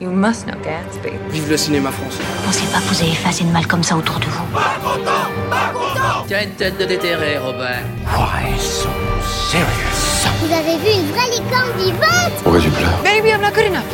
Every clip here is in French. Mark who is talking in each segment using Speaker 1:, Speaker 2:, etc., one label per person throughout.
Speaker 1: You must know Gatsby.
Speaker 2: Vive le cinéma français.
Speaker 3: Pensez pas que vous avez fait assez de mal comme ça autour de vous.
Speaker 2: Tu as une tête de déterré, Robin.
Speaker 4: Vous avez vu une vraie licorne vivante
Speaker 1: Maybe I'm not good enough.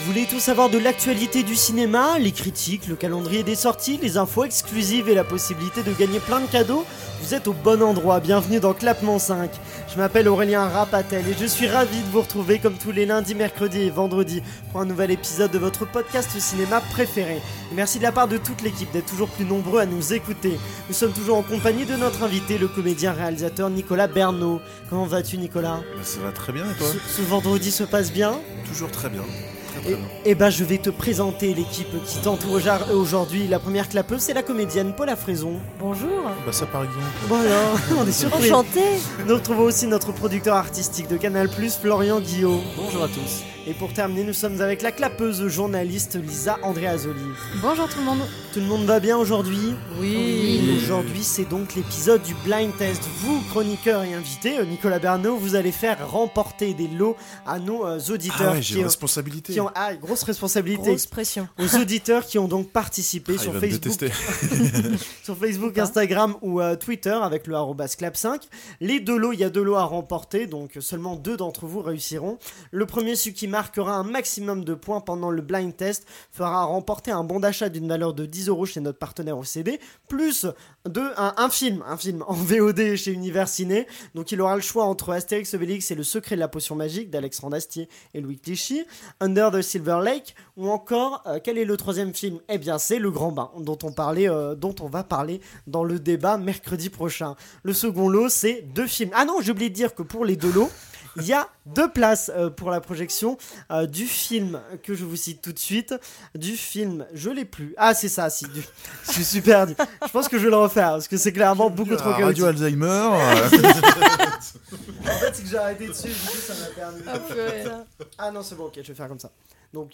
Speaker 5: Vous voulez tout savoir de l'actualité du cinéma, les critiques, le calendrier des sorties, les infos exclusives et la possibilité de gagner plein de cadeaux Vous êtes au bon endroit, bienvenue dans Clapement 5. Je m'appelle Aurélien Rapatel et je suis ravi de vous retrouver comme tous les lundis, mercredis et vendredis pour un nouvel épisode de votre podcast cinéma préféré. Et merci de la part de toute l'équipe d'être toujours plus nombreux à nous écouter. Nous sommes toujours en compagnie de notre invité, le comédien réalisateur Nicolas Bernot. Comment vas-tu Nicolas
Speaker 6: Bah, ça va très bien et toi
Speaker 5: ce, ce vendredi se passe bien
Speaker 6: Toujours très bien. Très très
Speaker 5: et,
Speaker 6: bien.
Speaker 5: eh ben je vais te présenter l'équipe qui t'entoure au jar- aujourd'hui. La première clapeuse, c'est la comédienne Paula Fraison.
Speaker 7: Bonjour.
Speaker 6: Bah ça par exemple.
Speaker 5: Voilà, on est surpris.
Speaker 7: Enchantée.
Speaker 5: Nous retrouvons aussi notre producteur artistique de Canal+, Florian Guillot.
Speaker 8: Bonjour à tous.
Speaker 5: Et pour terminer, nous sommes avec la clapeuse journaliste Lisa Andréazoli.
Speaker 7: Bonjour tout le monde.
Speaker 5: Tout le monde va bien aujourd'hui
Speaker 7: Oui.
Speaker 5: Aujourd'hui, c'est donc l'épisode du blind test. Vous, chroniqueurs et invités, euh, Nicolas Bernot, vous allez faire remporter des lots à nos euh,
Speaker 6: Ah
Speaker 5: auditeurs
Speaker 6: ouais,
Speaker 5: qui,
Speaker 6: j'ai une
Speaker 5: ont-
Speaker 6: responsabilité.
Speaker 5: qui ont ah, grosse responsabilité.
Speaker 7: Grosse pression.
Speaker 5: aux auditeurs qui ont donc participé
Speaker 6: Ah, il
Speaker 5: sur,
Speaker 6: va me
Speaker 5: Facebook,
Speaker 6: détester.
Speaker 5: sur Facebook, Instagram ou euh, Twitter avec le arrobas clap5. Les deux lots, il y a deux lots à remporter, donc seulement deux d'entre vous réussiront. Le premier, celui qui marquera un maximum de points pendant le blind test, fera remporter un bon d'achat d'une valeur de 10 euros chez notre partenaire au CD, plus de, un, un film, un film en VOD chez Univers Ciné. Donc il aura le choix entre Astérix Obélix et le secret de la potion magique d'Alex Randastier et Louis Clichy, Under the Silver Lake, ou encore euh, quel est le troisième film Eh bien c'est Le Grand Bain, dont on, parlait, euh, dont on va parler dans le débat mercredi prochain. Le second lot, c'est deux films. Ah non, j'ai oublié de dire que pour les deux lots, il y a deux places euh, pour la projection euh, du film que je vous cite tout de suite, du film Je l'ai plus. Ah c'est ça, si. du- Je suis super. perdu. Je pense que je vais le refaire parce que c'est clairement beaucoup trop
Speaker 6: Ah, Radio
Speaker 5: chaotique.
Speaker 6: Alzheimer. euh,
Speaker 5: En fait, c'est que j'ai arrêté dessus, du coup, ça m'a perdu. Ah non, c'est bon, ok, je vais faire comme ça. Donc,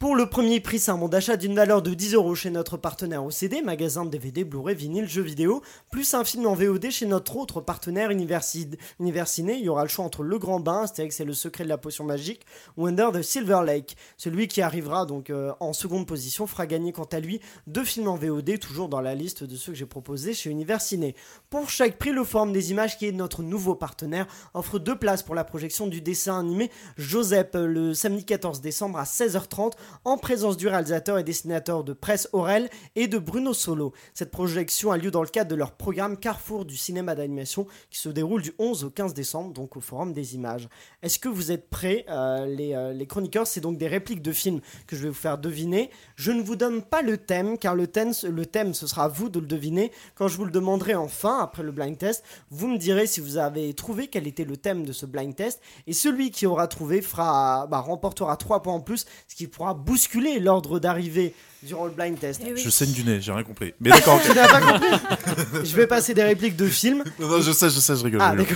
Speaker 5: pour le premier prix, c'est un bon d'achat d'une valeur de 10 euros chez notre partenaire OCD, magasin de DVD, Blu-ray, vinyle, jeux vidéo, plus un film en VOD chez notre autre partenaire Universid- Universiné. Il y aura le choix entre Le Grand Bain, Astérix et le secret de la potion magique, ou Under the Silver Lake. Celui qui arrivera donc euh, en seconde position fera gagner quant à lui deux films en VOD, toujours dans la liste de ceux que j'ai proposés chez Universiné. Pour chaque prix, le Forum des Images, qui est notre nouveau partenaire, offre deux places pour la projection du dessin animé Joseph euh, le samedi 14 décembre à 16h30 en présence du réalisateur et dessinateur de presse Aurel et de Bruno Solo. Cette projection a lieu dans le cadre de leur programme Carrefour du cinéma d'animation qui se déroule du 11 au 15 décembre, donc au Forum des Images. Est-ce que vous êtes prêts, euh, les, euh, les chroniqueurs C'est donc des répliques de films que je vais vous faire deviner. Je ne vous donne pas le thème, car le thème, le thème ce sera à vous de le deviner. Quand je vous le demanderai enfin, après le blind test, vous me direz si vous avez trouvé quel était le thème de ce blind test. Et celui qui aura trouvé fera, bah, remportera 3 points en plus, ce qui pourra bousculer l'ordre d'arrivée durant le blind test.
Speaker 7: Eh
Speaker 6: Je saigne du nez, j'ai rien compris. Mais d'accord. ok.
Speaker 5: Tu n'as pas compris Je vais passer des répliques de films.
Speaker 6: Non, non, je sais, je sais, je rigole. je
Speaker 5: Ah,
Speaker 6: rigole.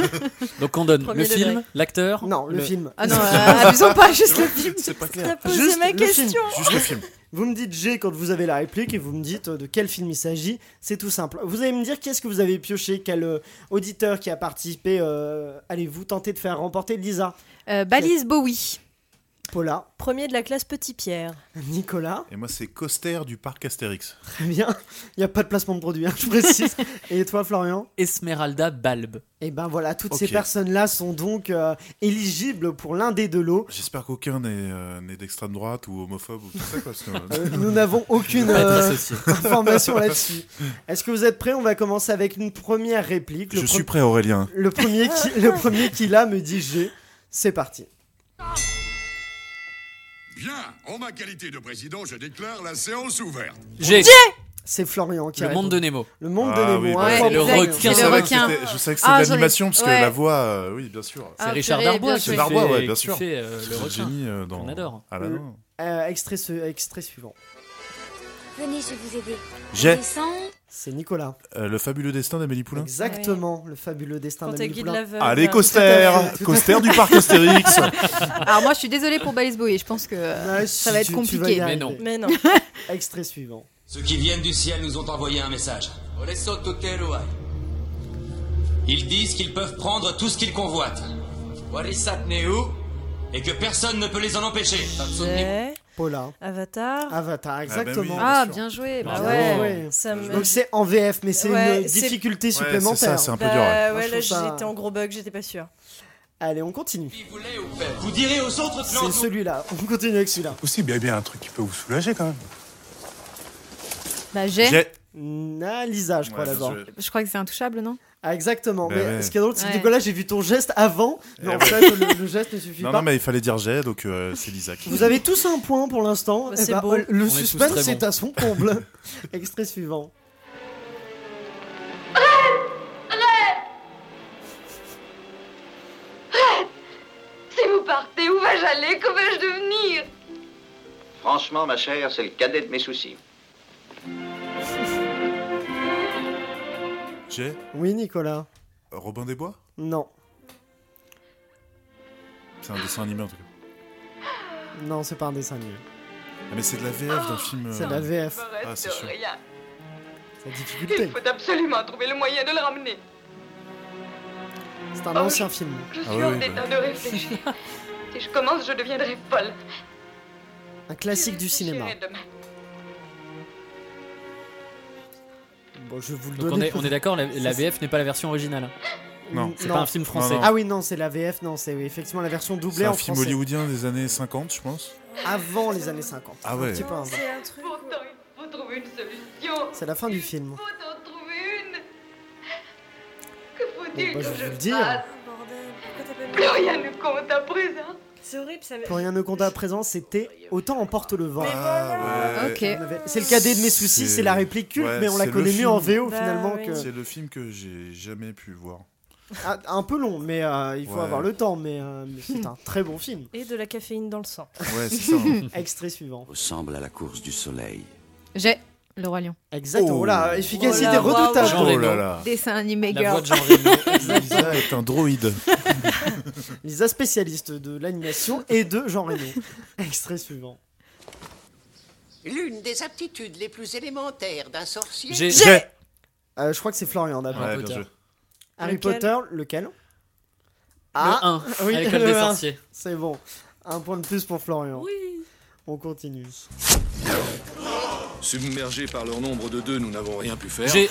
Speaker 5: d'accord.
Speaker 8: Donc on donne
Speaker 7: Premier
Speaker 8: le
Speaker 7: degré.
Speaker 8: film, l'acteur.
Speaker 5: Non, le film.
Speaker 7: Ah non, euh, abusons pas juste le film.
Speaker 6: C'est pas clair.
Speaker 7: T'as posé
Speaker 5: Juste
Speaker 7: ma
Speaker 5: le film.
Speaker 7: question.
Speaker 6: Juste le film.
Speaker 5: Vous me dites G quand vous avez la réplique et vous me dites euh, de quel film il s'agit. C'est tout simple. Vous allez me dire qu'est-ce que vous avez pioché, quel euh, auditeur qui a participé. euh, Allez-vous tenter de faire remporter Lisa,
Speaker 7: Euh, balise Bowie.
Speaker 5: Paula,
Speaker 7: Premier de la classe Petit Pierre.
Speaker 5: Nicolas
Speaker 6: Et moi c'est Coster du parc Astérix.
Speaker 5: Très bien. Il n'y a pas de placement de produit, hein, je précise. et toi, Florian
Speaker 8: Esmeralda Balbe.
Speaker 5: Et ben voilà, toutes
Speaker 6: Ok.
Speaker 5: ces personnes-là sont donc euh, éligibles pour l'un des deux lots.
Speaker 6: J'espère qu'aucun n'est euh, n'est d'extrême droite ou homophobe ou tout ça quoi. parce que, euh,
Speaker 5: Euh, nous n'avons aucune
Speaker 8: Pas être
Speaker 5: euh,
Speaker 8: associé.
Speaker 5: information là-dessus. Est-ce que vous êtes prêts On va commencer avec une première réplique. Le
Speaker 6: je
Speaker 5: pre-
Speaker 6: suis prêt Aurélien.
Speaker 5: Le premier qui, le premier qui l'a me dit G. C'est parti.
Speaker 9: Bien, en ma qualité de président, je déclare la séance ouverte.
Speaker 8: J'ai
Speaker 5: C'est Florian qui
Speaker 8: le
Speaker 5: répond.
Speaker 8: monde de Nemo.
Speaker 5: Le monde
Speaker 6: Ah
Speaker 5: de
Speaker 6: oui,
Speaker 5: Nemo.
Speaker 6: bah,
Speaker 5: hein,
Speaker 6: c'est
Speaker 5: sans
Speaker 8: le
Speaker 5: problème.
Speaker 8: requin.
Speaker 6: Je
Speaker 8: Et le
Speaker 6: savais que
Speaker 7: requin.
Speaker 6: c'était- je savais que c'était
Speaker 7: Ah,
Speaker 6: de
Speaker 7: j'en ai-
Speaker 6: l'animation parce que
Speaker 7: ouais.
Speaker 6: la voix, euh, oui bien sûr.
Speaker 8: C'est
Speaker 7: Ah,
Speaker 8: Richard
Speaker 7: purée,
Speaker 8: Darbois
Speaker 7: bien
Speaker 8: qui
Speaker 7: joué.
Speaker 8: fait,
Speaker 6: Darbois, ouais, bien
Speaker 8: qui
Speaker 6: sûr.
Speaker 8: fait, euh,
Speaker 6: C'est
Speaker 8: le
Speaker 6: le
Speaker 8: requin.
Speaker 6: génie euh, dans.
Speaker 8: qu'on adore.
Speaker 6: Aladdin.
Speaker 5: Euh, extrait, ce- extrait suivant.
Speaker 4: Venez, je vais vous aider.
Speaker 6: J'ai
Speaker 4: Descends.
Speaker 5: C'est Nicolas.
Speaker 6: euh, le fabuleux destin d'Amélie Poulain.
Speaker 5: Exactement, le fabuleux destin
Speaker 7: Quand t'as
Speaker 5: d'Amélie
Speaker 7: Guy de
Speaker 5: Poulain.
Speaker 7: l'aveugle.
Speaker 6: Allez,
Speaker 5: fait,
Speaker 6: Coster
Speaker 5: Ah, tout à fait.
Speaker 6: Coster du parc Astérix
Speaker 10: Alors moi je suis désolée pour Balise Bowie, je pense que euh,
Speaker 5: Ah,
Speaker 10: ça
Speaker 5: si,
Speaker 10: va être
Speaker 5: tu- tu
Speaker 10: compliqué.
Speaker 5: vas y
Speaker 8: Mais
Speaker 5: arriver.
Speaker 8: non.
Speaker 7: Mais non.
Speaker 5: Extrait suivant.
Speaker 11: Ceux qui viennent du ciel nous ont envoyé un message. Oresototeruai. Ils disent qu'ils peuvent prendre tout ce qu'ils convoitent. Warisatneu et que personne ne peut les en empêcher. Ça me saute des-
Speaker 7: Ouais.
Speaker 5: Paula.
Speaker 7: Avatar.
Speaker 5: Avatar,
Speaker 6: Ah, ben
Speaker 5: exactement.
Speaker 6: oui.
Speaker 7: Ah,
Speaker 6: bien sûr.
Speaker 7: bien joué. Bah
Speaker 8: Bravo.
Speaker 7: ouais.
Speaker 5: Ouais.
Speaker 7: Ça me-
Speaker 5: Donc c'est en VF, mais c'est
Speaker 7: Ouais,
Speaker 5: une
Speaker 7: c'est-
Speaker 5: difficulté
Speaker 6: Ouais, c'est ça,
Speaker 5: supplémentaire.
Speaker 6: c'est un peu
Speaker 7: Bah,
Speaker 6: dur. ouais.
Speaker 5: Moi, je
Speaker 7: ouais, là
Speaker 5: trouve ça-
Speaker 7: j'étais en gros bug, j'étais pas sûre.
Speaker 5: Allez, on continue.
Speaker 11: Qui voulait ou fait Vous direz aux autres de
Speaker 5: C'est
Speaker 11: l'entour-
Speaker 5: celui-là. On continue avec celui-là.
Speaker 9: Aussi, bien, bien un truc qui peut vous soulager quand même.
Speaker 10: Bah, j'ai.
Speaker 6: J'ai-
Speaker 5: Na- Ah, Lisa, je crois
Speaker 6: Ouais,
Speaker 5: d'abord.
Speaker 6: bien sûr.
Speaker 10: Je crois que c'est intouchable, non
Speaker 5: Ah, exactement.
Speaker 6: Bah
Speaker 5: mais
Speaker 6: ouais.
Speaker 5: ce qui est drôle, c'est que
Speaker 10: Ouais.
Speaker 5: Nicolas, j'ai vu ton geste avant,
Speaker 6: Eh
Speaker 5: mais en
Speaker 6: ouais.
Speaker 5: fait, le, le geste ne suffit
Speaker 6: Non,
Speaker 5: pas.
Speaker 6: non, mais il fallait dire j'ai, donc euh, c'est Lisa qui.
Speaker 5: Vous avez tous un point pour l'instant.
Speaker 7: Bah,
Speaker 5: Eh
Speaker 7: c'est
Speaker 5: ben,
Speaker 7: beau.
Speaker 5: euh, Le
Speaker 8: On est tous
Speaker 5: suspense
Speaker 8: très
Speaker 5: c'est
Speaker 8: bons.
Speaker 5: à son comble. Extrait suivant.
Speaker 1: Si vous partez, où vais-je aller Que vais-je devenir
Speaker 12: Franchement, ma chère, c'est le cadet de mes soucis.
Speaker 6: J'ai euh,
Speaker 5: Oui, Nicolas.
Speaker 6: Robin des Bois
Speaker 5: Non.
Speaker 6: C'est un dessin animé en tout cas.
Speaker 5: Non, c'est pas un dessin animé.
Speaker 6: Ah, mais c'est de la VF d'un film. euh,
Speaker 5: C'est de la VF.
Speaker 6: Ah, c'est sûr.
Speaker 1: rien.
Speaker 5: C'est la difficulté.
Speaker 1: faut absolument trouver le moyen de le ramener.
Speaker 5: C'est un ancien film.
Speaker 1: Je
Speaker 6: Ah oui, oui, bah.
Speaker 1: de réfléchir. si je commence, je deviendrai folle.
Speaker 5: Un classique du cinéma. Bon, je vais vous le
Speaker 8: Donc on
Speaker 5: donner.
Speaker 8: est, on est d'accord, la, la VF n'est pas la version originale. hein.
Speaker 6: Non,
Speaker 8: C'est pas un film français.
Speaker 6: Non, non.
Speaker 5: Ah oui, non, c'est la VF, non, c'est oui, effectivement la version doublée
Speaker 6: C'est un
Speaker 5: en
Speaker 6: film
Speaker 5: français.
Speaker 6: hollywoodien des années 50, je pense.
Speaker 5: Avant les années 50.
Speaker 6: Ah ouais.
Speaker 5: Un petit peu avant.
Speaker 7: C'est un truc. euh,
Speaker 1: Pourtant, il faut trouver une solution.
Speaker 5: C'est la fin du film.
Speaker 1: Faut en trouver une. Que
Speaker 5: Bon,
Speaker 1: faut-il
Speaker 5: bah, je
Speaker 1: que
Speaker 5: vais vous
Speaker 1: je
Speaker 5: le dire.
Speaker 1: fasse
Speaker 7: Bordel,
Speaker 1: Plus rien ne compte à présent.
Speaker 7: C'est horrible, ça
Speaker 5: Pour rien ne compte à présent, c'était Autant emporte le vent.
Speaker 6: Ah ouais.
Speaker 10: Ok.
Speaker 5: On avait- C'est le cadet de mes soucis,
Speaker 6: C'est-
Speaker 5: c'est la réplique culte,
Speaker 6: ouais,
Speaker 5: mais on la
Speaker 6: c'est le
Speaker 5: connaît mieux en
Speaker 6: film.
Speaker 5: VO
Speaker 7: Bah
Speaker 5: finalement
Speaker 7: oui.
Speaker 5: que.
Speaker 6: C'est le film que j'ai jamais pu voir.
Speaker 5: Ah, un peu long, mais euh, il faut
Speaker 6: Ouais.
Speaker 5: avoir le temps, mais, euh, mais c'est un très bon film.
Speaker 7: Et de la caféine dans le sang.
Speaker 6: Ouais, c'est ça. hein.
Speaker 5: Extrait suivant.
Speaker 11: Ressemble à la course du soleil.
Speaker 10: J'ai. Le Roi Lion.
Speaker 5: Exactement.
Speaker 6: Oh.
Speaker 5: Là, efficacité
Speaker 7: Oh là, waouh.
Speaker 5: redoutable.
Speaker 8: Jean
Speaker 6: oh
Speaker 8: Reno.
Speaker 6: là là.
Speaker 10: Dessin animé
Speaker 8: La
Speaker 10: girl.
Speaker 8: voix de Jean Reno.
Speaker 6: Lisa est un droïde.
Speaker 5: Lisa, spécialiste de l'animation et de Jean Reno. Extrait suivant.
Speaker 12: L'une des aptitudes les plus élémentaires d'un sorcier.
Speaker 8: J'ai-
Speaker 6: J'ai
Speaker 5: Euh, je crois que c'est Florian d'abord.
Speaker 8: Harry
Speaker 6: Ouais, bien
Speaker 8: Potter.
Speaker 6: joué.
Speaker 5: Harry
Speaker 7: Lequel
Speaker 5: Potter, lequel
Speaker 8: Le
Speaker 5: Ah,
Speaker 8: 1,
Speaker 5: oui,
Speaker 8: à l'école
Speaker 5: le
Speaker 8: des
Speaker 5: un.
Speaker 8: sorciers.
Speaker 5: c'est bon. Un point de plus pour Florian.
Speaker 7: Oui.
Speaker 5: On continue.
Speaker 9: Submergés par leur nombre de deux, nous n'avons rien pu faire.
Speaker 8: J'ai.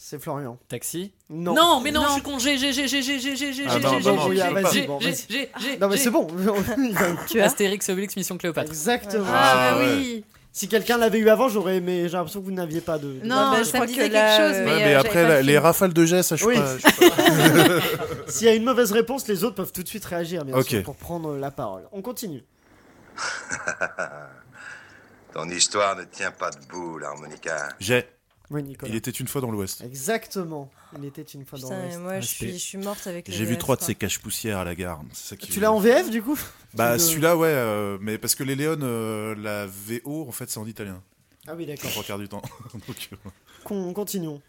Speaker 5: C'est Florian.
Speaker 8: Taxi
Speaker 5: Non.
Speaker 8: mais non, je suis con. J'ai, j'ai, j'ai, j'ai, j'ai, j'ai, j'ai, j'ai,
Speaker 6: Ah, non,
Speaker 8: j'ai,
Speaker 6: non,
Speaker 8: j'ai,
Speaker 6: non,
Speaker 8: j'ai,
Speaker 6: oui, ah,
Speaker 8: j'ai,
Speaker 5: vas-y, bon,
Speaker 8: j'ai,
Speaker 5: vas-y.
Speaker 8: j'ai, j'ai,
Speaker 5: Non, mais
Speaker 8: j'ai.
Speaker 5: c'est bon. Il va-
Speaker 7: Tu as
Speaker 8: Astérix, Obélix, Mission Cléopâtre.
Speaker 5: Exactement.
Speaker 10: Ah,
Speaker 6: Ah,
Speaker 10: bah
Speaker 6: ouais.
Speaker 10: oui.
Speaker 5: Si quelqu'un l'avait eu avant, j'aurais aimé. J'ai l'impression que vous n'aviez pas de.
Speaker 10: Non,
Speaker 7: bah, je
Speaker 10: ça
Speaker 7: crois
Speaker 10: me
Speaker 7: que
Speaker 10: disait
Speaker 7: là,
Speaker 10: quelque chose,
Speaker 7: euh,
Speaker 10: mais.
Speaker 6: Ouais,
Speaker 10: euh,
Speaker 6: mais
Speaker 10: j'avais pas
Speaker 6: après,
Speaker 10: le
Speaker 6: la-
Speaker 10: film.
Speaker 6: les rafales de jet, ça, je suis
Speaker 5: Oui.
Speaker 6: pas. je suis pas-
Speaker 5: S'il y a une mauvaise réponse, les autres peuvent tout de suite réagir, bien
Speaker 6: Ok.
Speaker 5: sûr, pour prendre la parole. On continue.
Speaker 9: Ton histoire ne tient pas debout, l'harmonica.
Speaker 6: J'ai.
Speaker 5: Oui, Nicolas.
Speaker 6: Il était une fois dans l'Ouest.
Speaker 5: Exactement. Il était une fois dans
Speaker 7: Putain,
Speaker 5: l'Ouest.
Speaker 7: moi je
Speaker 8: Respect.
Speaker 7: suis, je suis morte avec les hein.
Speaker 6: J'ai vu
Speaker 7: VF,
Speaker 6: trois de
Speaker 7: quoi.
Speaker 6: ces caches poussières à la gare. c'est ça qui-
Speaker 5: Tu l'as en VF du coup
Speaker 6: Bah
Speaker 5: de-
Speaker 6: celui-là ouais, euh, mais parce que les Léon, euh, la VO en fait c'est en italien.
Speaker 5: Ah oui,
Speaker 6: Les
Speaker 5: d'accord.
Speaker 6: Trois quarts du temps. Donc, euh,
Speaker 5: Con- continuons.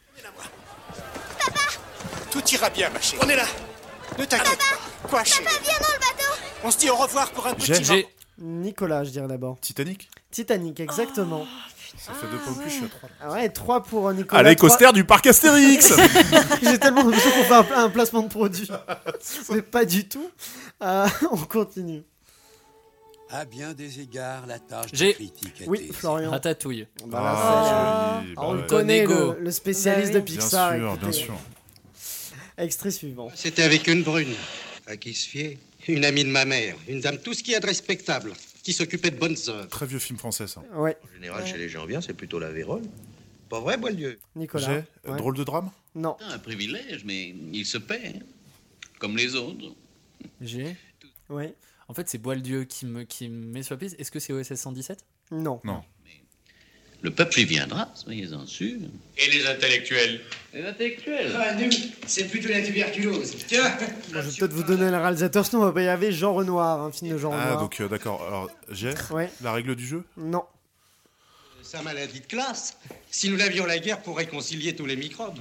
Speaker 12: Tout ira bien, ma chérie. On est là. Ne t'inquiète pas. Quoi, chérie Papa, viens dans le bateau. On se dit au revoir
Speaker 5: Ah,
Speaker 12: pour un petit
Speaker 6: J'ai-
Speaker 12: moment.
Speaker 8: J'ai.
Speaker 5: Nicolas, je dirais d'abord.
Speaker 6: Titanic.
Speaker 5: Titanic,
Speaker 7: Ah.
Speaker 5: exactement.
Speaker 6: Ça fait deux points de plus. Je suis à trois.
Speaker 5: Ah ouais, 3 pour Nicolas.
Speaker 6: Allez,
Speaker 5: trois- Ah,
Speaker 6: Coster du parc Astérix.
Speaker 5: J'ai tellement l'impression qu'on fait un, pla- un placement de produit. Mais pas du tout. Euh, on continue.
Speaker 11: À bien des égards, la tâche
Speaker 8: de J'ai-
Speaker 11: critique
Speaker 5: Oui, Florian.
Speaker 8: Ratatouille.
Speaker 5: Bah là, c'est-
Speaker 6: Ah, joli,
Speaker 5: Ah, on
Speaker 6: bah
Speaker 5: le
Speaker 6: ouais.
Speaker 5: connaît,
Speaker 8: Conego.
Speaker 5: le, le spécialiste
Speaker 7: Bah
Speaker 5: de
Speaker 7: oui.
Speaker 6: Bien
Speaker 5: Pixar.
Speaker 6: sûr,
Speaker 5: écoutez.
Speaker 6: bien sûr.
Speaker 5: Extrait suivant.
Speaker 12: C'était avec une brune. À qui se fier Une amie de ma mère. Une dame tout ce qu'il y a de respectable. Qui s'occupait de bonnes œuvres.
Speaker 6: Très vieux film français ça.
Speaker 5: Ouais,
Speaker 12: En général, chez les gens bien, Ah, c'est plutôt la vérole. Pas vrai, Boileau
Speaker 5: Nicolas.
Speaker 6: J'ai euh,
Speaker 5: Ouais.
Speaker 6: drôle de drame.
Speaker 5: Non.
Speaker 12: Un privilège, mais il se perd. Comme les autres.
Speaker 8: J'ai.
Speaker 5: Ouais.
Speaker 8: En fait, c'est Boieldieu qui me, qui me met sur la piste. Est-ce que c'est OSS 117
Speaker 5: Non.
Speaker 12: Le peuple y viendra, soyez-en sûrs. Et les intellectuels Les intellectuels Ah, nous, c'est plutôt la tuberculose. Tiens
Speaker 5: Bon, je vais peut-être vous donner le réalisateur, sinon on va pas y arriver. Jean Renoir, un film de Jean
Speaker 6: Ah
Speaker 5: Renoir.
Speaker 6: donc euh, d'accord. Alors j'ai
Speaker 5: Ouais.
Speaker 6: la règle du jeu.
Speaker 5: Non.
Speaker 12: Sa maladie de classe, si nous l'avions la guerre pour réconcilier tous les microbes.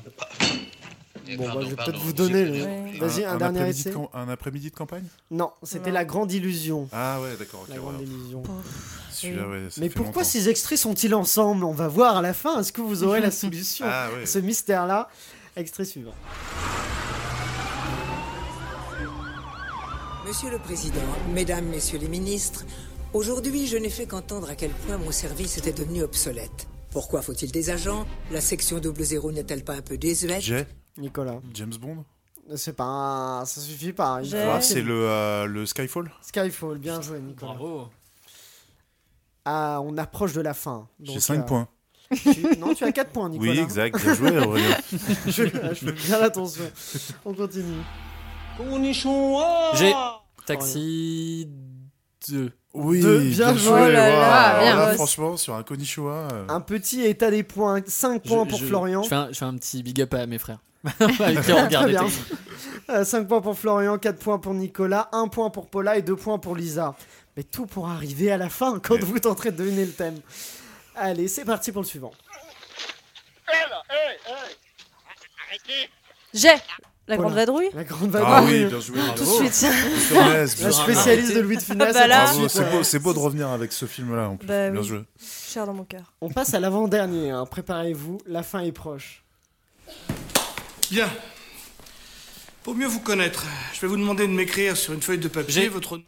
Speaker 5: Bon, bah, je vais peut-être vous donner. le- Vas-y, un, dernier
Speaker 6: après-midi de
Speaker 5: essai.
Speaker 6: cam- un après-midi de campagne.
Speaker 5: Non, c'était
Speaker 7: Non.
Speaker 5: La Grande Illusion.
Speaker 6: Ah ouais, d'accord. ok,
Speaker 5: La Grande
Speaker 6: ouais.
Speaker 5: Illusion.
Speaker 6: Celui-là, ouais, ça
Speaker 5: Mais
Speaker 6: fait
Speaker 5: pourquoi
Speaker 6: longtemps.
Speaker 5: ces extraits sont-ils ensemble On va voir à la fin. Est-ce que vous aurez la solution
Speaker 6: Ah ouais.
Speaker 5: Ce mystère-là. Extrait suivant.
Speaker 13: Monsieur le Président, Mesdames, Messieurs les ministres, aujourd'hui je n'ai fait qu'entendre à quel point mon service était devenu obsolète. Pourquoi faut-il des agents La section 00 n'est-elle pas un peu désuète
Speaker 6: Jay
Speaker 5: Nicolas.
Speaker 6: James Bond
Speaker 5: C'est pas. un- Ça suffit pas. hein, il faut-
Speaker 6: Ah, C'est le, euh, le Skyfall
Speaker 5: Skyfall, bien joué, Nicolas. Bravo. Ah, on approche de la fin. donc,
Speaker 6: J'ai 5
Speaker 5: euh,
Speaker 6: points.
Speaker 5: tu- Non, tu as 4 points,
Speaker 6: Oui,
Speaker 5: Nicolas.
Speaker 6: exact, bien joué, Aurélien.
Speaker 5: je, je fais bien attention. On continue.
Speaker 12: ah
Speaker 8: J'ai Taxi 2.
Speaker 6: Oui,
Speaker 5: Deux, bien joué.
Speaker 6: waouh,
Speaker 5: Oh là là,
Speaker 6: alors
Speaker 5: bien. Ah,
Speaker 6: là,
Speaker 5: Boss.
Speaker 6: franchement, sur un Konichiwa, euh,
Speaker 5: Un petit état des points, 5 points pour
Speaker 8: je,
Speaker 5: Florian.
Speaker 8: Je fais, un, je fais un petit big up à mes frères. Avec qui on regarde
Speaker 5: Très
Speaker 8: les
Speaker 5: bien.
Speaker 8: Taxi.
Speaker 5: 5 Euh, points pour Florian, 4 points pour Nicolas, 1 point pour Paula et 2 points pour Lisa. Mais tout pour arriver à la fin quand vous tenterez de deviner le thème. Allez, c'est parti pour le suivant.
Speaker 7: J'ai la
Speaker 5: Voilà.
Speaker 7: grande vadrouille.
Speaker 5: La grande
Speaker 6: Ah oui, bien joué.
Speaker 7: Tout
Speaker 6: bravo.
Speaker 7: de suite.
Speaker 6: Monsieur Arnaz, bien
Speaker 5: La
Speaker 6: joué.
Speaker 5: spécialiste de Louis de Funès,
Speaker 7: Ah bah là.
Speaker 6: Bravo, c'est
Speaker 5: Ouais.
Speaker 6: beau, c'est beau de revenir avec ce film-là en plus.
Speaker 7: Bah
Speaker 6: bien
Speaker 7: oui.
Speaker 6: joué.
Speaker 7: Cher dans mon cœur.
Speaker 5: On passe à l'avant-dernier, hein. préparez-vous, la fin est proche.
Speaker 14: Bien. Pour mieux vous connaître, je vais vous demander de m'écrire sur une feuille de papier votre.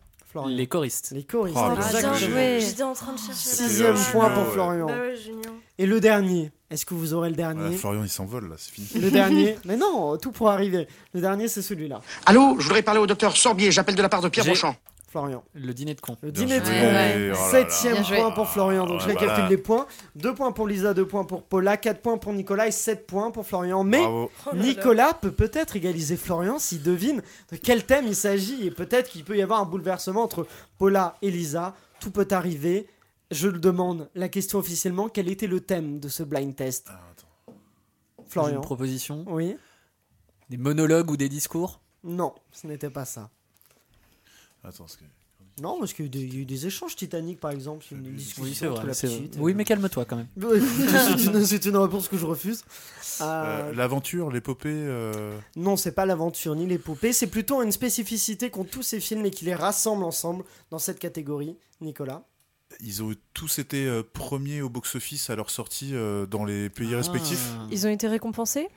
Speaker 8: Les choristes.
Speaker 5: Les choristes.
Speaker 6: Ah,
Speaker 7: Ah,
Speaker 14: Oh,
Speaker 5: Exact.
Speaker 14: bien joué.
Speaker 7: J'étais en train de chercher. la
Speaker 5: Sixième
Speaker 7: vraie.
Speaker 5: point pour Florian.
Speaker 7: Bah ouais, génial.
Speaker 5: Et le dernier, est-ce que vous aurez le dernier
Speaker 6: Voilà, Florian, il s'envole là, c'est fini.
Speaker 5: Bah Le dernier, mais non, tout pour arriver. Le dernier, c'est celui-là.
Speaker 15: Allô, je voudrais parler au docteur Sorbier, j'appelle de la part de Pierre Beauchamp.
Speaker 5: Florian.
Speaker 8: Le dîner de con.
Speaker 5: Le dîner de
Speaker 8: joué.
Speaker 5: con.
Speaker 8: Ouais. Oh là là.
Speaker 5: Septième
Speaker 8: Bien joué.
Speaker 5: point pour Florian. Donc
Speaker 8: Oh
Speaker 5: je les
Speaker 8: là là.
Speaker 5: calcule les points. 2 points pour Lisa, 2 points pour Paula, 4 points pour Nicolas et 7 points pour Florian. Mais
Speaker 6: Bravo.
Speaker 5: Oh là là. Nicolas peut peut-être égaliser Florian s'il devine de quel thème il s'agit. Et peut-être qu'il peut y avoir un bouleversement entre Paula et Lisa. Tout peut arriver. Je le demande, la question officiellement, quel était le thème de ce blind test
Speaker 6: Ah,
Speaker 8: J'ai
Speaker 5: Florian.
Speaker 8: Une proposition.
Speaker 5: Oui.
Speaker 8: Des monologues ou des discours.
Speaker 5: Non, ce n'était pas ça.
Speaker 6: Attends, ce que- euh,
Speaker 5: Non, parce qu'il y a eu des- il y a eu des échanges Titanic, par exemple, une discussion
Speaker 8: Oui, c'est
Speaker 5: entre
Speaker 8: vrai. euh.
Speaker 5: la
Speaker 8: c'est vrai.
Speaker 5: petite et-
Speaker 8: Oui, mais calme-toi quand même.
Speaker 5: c'est une, c'est une réponse que je refuse. Euh,
Speaker 6: Euh, L'aventure, l'épopée. euh,
Speaker 5: Non, c'est pas l'aventure ni l'épopée, c'est plutôt une spécificité qu'ont tous ces films et qui les rassemble ensemble dans cette catégorie, Nicolas.
Speaker 6: Ils ont tous été euh, premiers au box-office à leur sortie euh, dans les
Speaker 5: Ah.
Speaker 6: pays respectifs.
Speaker 8: Ah.
Speaker 7: Ils ont été récompensés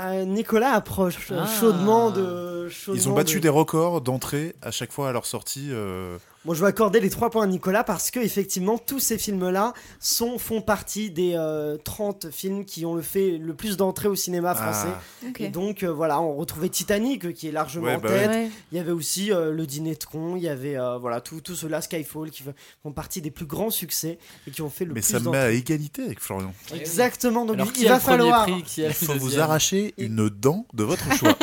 Speaker 5: Euh, Nicolas approche euh, chaudement de.
Speaker 6: Ils ont
Speaker 5: chaudement
Speaker 6: battu
Speaker 5: de-
Speaker 6: des records d'entrée à chaque fois à leur sortie. euh,
Speaker 5: Bon, je vais accorder les 3 points à Nicolas parce que, effectivement, tous ces films-là sont, font partie des euh, 30 films qui ont le fait le plus d'entrées au cinéma
Speaker 6: Ah.
Speaker 5: français.
Speaker 10: Ok.
Speaker 5: Et donc, euh, voilà, on retrouvait Titanic euh, qui est largement
Speaker 6: Ouais,
Speaker 5: en
Speaker 6: bah
Speaker 5: tête.
Speaker 6: ouais. Ouais.
Speaker 5: Il y avait aussi euh, Le Dîner de Con, il y avait, euh, voilà, tout, tout cela, Skyfall, qui f- font partie des plus grands succès et qui ont fait le
Speaker 6: Mais
Speaker 5: plus
Speaker 6: ça me met à
Speaker 5: d'entrées.
Speaker 6: égalité avec Florian.
Speaker 5: Exactement, donc
Speaker 8: Alors,
Speaker 5: il-
Speaker 8: qui
Speaker 5: il
Speaker 8: a
Speaker 5: va
Speaker 8: le premier
Speaker 5: falloir.
Speaker 8: prix, qui a
Speaker 6: Il
Speaker 8: le
Speaker 6: faut vous
Speaker 8: deuxième
Speaker 6: arracher une dent de votre choix.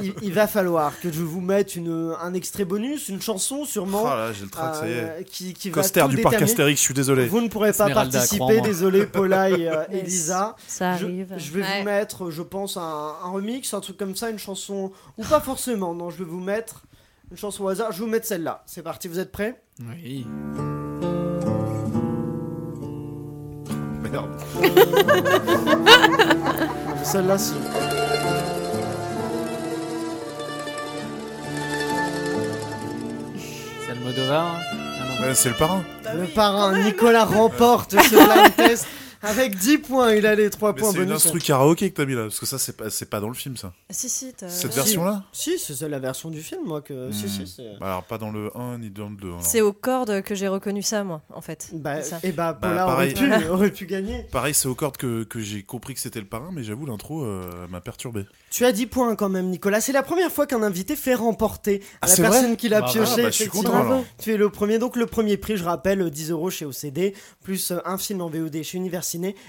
Speaker 5: il, il va falloir que je vous mette une, un extrait bonus, une chanson sûrement. euh,
Speaker 6: Ah là, j'ai le trac, ça y est.
Speaker 5: Qui, qui va
Speaker 6: Coster
Speaker 5: tout
Speaker 6: du parc
Speaker 5: déterminer.
Speaker 6: Astérix, je suis désolé.
Speaker 5: Vous ne pourrez pas
Speaker 6: Esmeralda,
Speaker 5: participer,
Speaker 6: crois-moi.
Speaker 5: désolé Paula et, euh, et
Speaker 7: Yes,
Speaker 5: Lisa.
Speaker 7: ça
Speaker 5: Je-
Speaker 7: arrive.
Speaker 5: Je, vais
Speaker 7: Ouais.
Speaker 5: vous mettre, je pense, un, un remix, un truc comme ça, une chanson. Ou pas forcément, non, je vais vous mettre une chanson au hasard. Je vais vous mettre celle-là. C'est parti, vous êtes prêts
Speaker 8: Oui.
Speaker 6: Merde.
Speaker 5: Celle-là, si.
Speaker 8: C'est Almodovar. Ah non.
Speaker 6: Ouais, c'est le parrain.
Speaker 5: Le parrain Nicolas remporte ce blind test avec 10 points. Il a les 3
Speaker 6: Mais
Speaker 5: points
Speaker 6: c'est une
Speaker 5: bonus.
Speaker 6: instru karaoké que t'as mis là, parce que ça, c'est pas, c'est pas dans le film, ça.
Speaker 7: Si, si. t'as-
Speaker 6: Cette
Speaker 7: Si.
Speaker 6: version-là
Speaker 5: Euh, Si, c'est celle- la version du film, moi. Que... Si, si, c'est.
Speaker 6: Bah alors, pas dans le 1 ni dans le hein. 2. alors.
Speaker 7: C'est aux cordes que j'ai reconnu ça, moi, en fait.
Speaker 5: Bah,
Speaker 7: C'est ça.
Speaker 5: Et bah,
Speaker 6: Bah,
Speaker 5: Paula aurait,
Speaker 6: pareil.
Speaker 5: pu,
Speaker 6: Voilà.
Speaker 5: aurait pu gagner.
Speaker 6: Pareil, c'est aux cordes que, que j'ai compris que c'était le parrain, mais j'avoue, l'intro euh, m'a perturbé.
Speaker 5: Tu as 10 points quand même, Nicolas. C'est la première fois qu'un invité fait remporter à
Speaker 6: Ah,
Speaker 5: la
Speaker 6: c'est vrai
Speaker 5: personne qui l'a
Speaker 6: Bah, bah,
Speaker 5: pioché.
Speaker 6: bah, je suis
Speaker 5: effectivement.
Speaker 6: content, alors.
Speaker 5: Tu es le premier. Donc, le premier prix, je rappelle, 10 euros chez OCD, plus euh, un film en VOD chez Universiné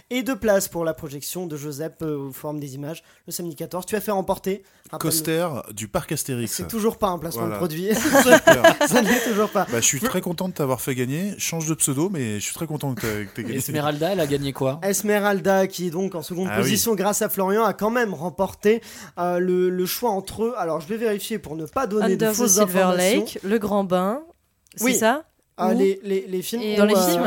Speaker 5: et deux places pour la projection de Joseph euh, aux formes des images le samedi 14. Tu as fait remporter. rappelle-le.
Speaker 6: Coster du parc Astérix.
Speaker 5: Ah, C'est toujours pas un placement
Speaker 6: Voilà.
Speaker 5: de produit.
Speaker 6: Super.
Speaker 5: ça n'est toujours pas.
Speaker 6: Bah, je suis très content de t'avoir fait gagner. Change de pseudo, mais je suis très content que t'aies- que t'aies gagné.
Speaker 8: Esmeralda, elle a gagné quoi
Speaker 5: Esmeralda, qui est donc en seconde
Speaker 6: Ah
Speaker 5: position grâce à Florian, a quand même remporté euh, le, le choix entre eux. Alors, je vais vérifier pour ne pas donner
Speaker 7: Under
Speaker 5: de
Speaker 7: the
Speaker 5: fausses
Speaker 7: Silver
Speaker 5: informations.
Speaker 7: Lake, Le Grand Bain, c'est
Speaker 5: Oui.
Speaker 7: ça
Speaker 5: Ah,
Speaker 7: Ou-
Speaker 5: les, les- les films
Speaker 7: Dans
Speaker 5: où,
Speaker 7: les
Speaker 5: euh,
Speaker 7: films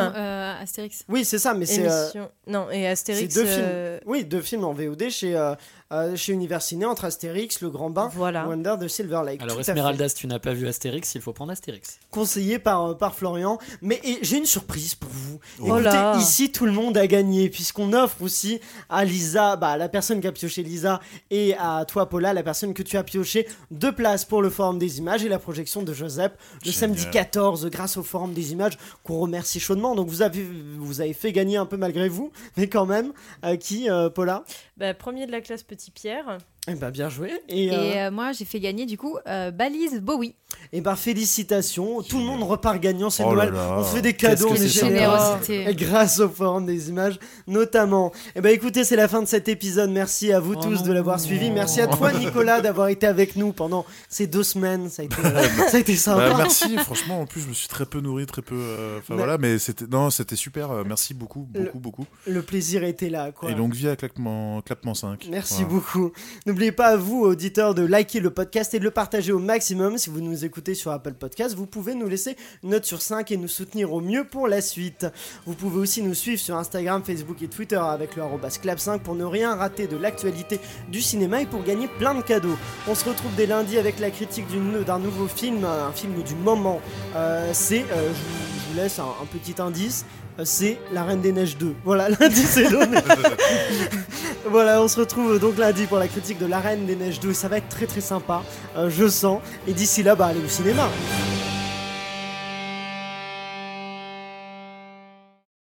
Speaker 10: Astérix.
Speaker 5: Oui, c'est ça, mais c'est. euh,
Speaker 7: Émission- Non, et Astérix.
Speaker 5: C'est deux films.
Speaker 7: euh,
Speaker 5: Oui, deux films en VOD chez, euh, euh, chez Univers Ciné entre Astérix, Le Grand Bain, Wonder de Silver Lake.
Speaker 8: Alors,
Speaker 5: Tout à fait.
Speaker 8: Esmeralda, si tu n'as pas vu Astérix, il faut prendre Astérix.
Speaker 5: Conseillé par, euh, par Florian. Mais et j'ai une surprise pour vous.
Speaker 8: Oh.
Speaker 5: Écoutez,
Speaker 8: Oh là.
Speaker 5: ici, tout le monde a gagné, puisqu'on offre aussi à Lisa, bah, à la personne qui a pioché Lisa, et à toi, Paula, la personne que tu as pioché, deux places pour le Forum des images et la projection de Joseph le
Speaker 16: Génial.
Speaker 5: samedi 14, grâce au Forum des images, qu'on remercie chaudement. Donc, vous avez, vous avez fait gagner un peu malgré vous, mais quand même, à qui, euh, Paula
Speaker 7: bah, premier de la classe Petit Pierre.
Speaker 5: Eh ben bien joué.
Speaker 10: Et,
Speaker 5: Et, euh,
Speaker 10: euh, moi, j'ai fait gagner du coup euh, Balise Bowie.
Speaker 5: eh ben félicitations, tout le monde repart gagnant, c'est
Speaker 6: Oh là
Speaker 5: Noël.
Speaker 6: là.
Speaker 5: On se fait des
Speaker 6: Qu'est-ce
Speaker 5: cadeaux,
Speaker 6: que
Speaker 5: on
Speaker 6: c'est
Speaker 5: est
Speaker 6: sympa.
Speaker 5: généreux.
Speaker 10: Générosité.
Speaker 5: Et grâce au forum des images notamment. Eh ben écoutez, c'est la fin de cet épisode. Merci à vous tous de l'avoir suivi. Merci à toi Nicolas d'avoir été avec nous pendant ces deux semaines. Ça a été, ça a été sympa.
Speaker 6: Bah, merci, franchement, en plus, je me suis très peu nourri, très peu. euh, Enfin
Speaker 5: Mais-
Speaker 6: voilà, mais c'était non, c'était super. euh, merci beaucoup,
Speaker 5: Le-
Speaker 6: beaucoup, beaucoup.
Speaker 5: Le plaisir était là quoi.
Speaker 6: Et longue vie à claquement, clapement 5.
Speaker 5: Merci
Speaker 6: Voilà.
Speaker 5: beaucoup. N'oubliez pas, vous, auditeurs, de liker le podcast et de le partager au maximum. Si vous nous écoutez sur Apple Podcast, vous pouvez nous laisser une note sur 5 et nous soutenir au mieux pour la suite. Vous pouvez aussi nous suivre sur Instagram, Facebook et Twitter avec le arrobas clap5 pour ne rien rater de l'actualité du cinéma et pour gagner plein de cadeaux. On se retrouve dès lundi avec la critique d'une- d'un nouveau film, un film du moment. Euh, C'est, euh, je vous- je vous laisse un, un petit indice, euh, c'est La Reine des Neiges 2. Voilà, l'indice est donné. Voilà, on se retrouve donc lundi pour la critique de La Reine des Neiges 2. Ça va être très très sympa, euh, je sens. Et d'ici là, bah allez au cinéma.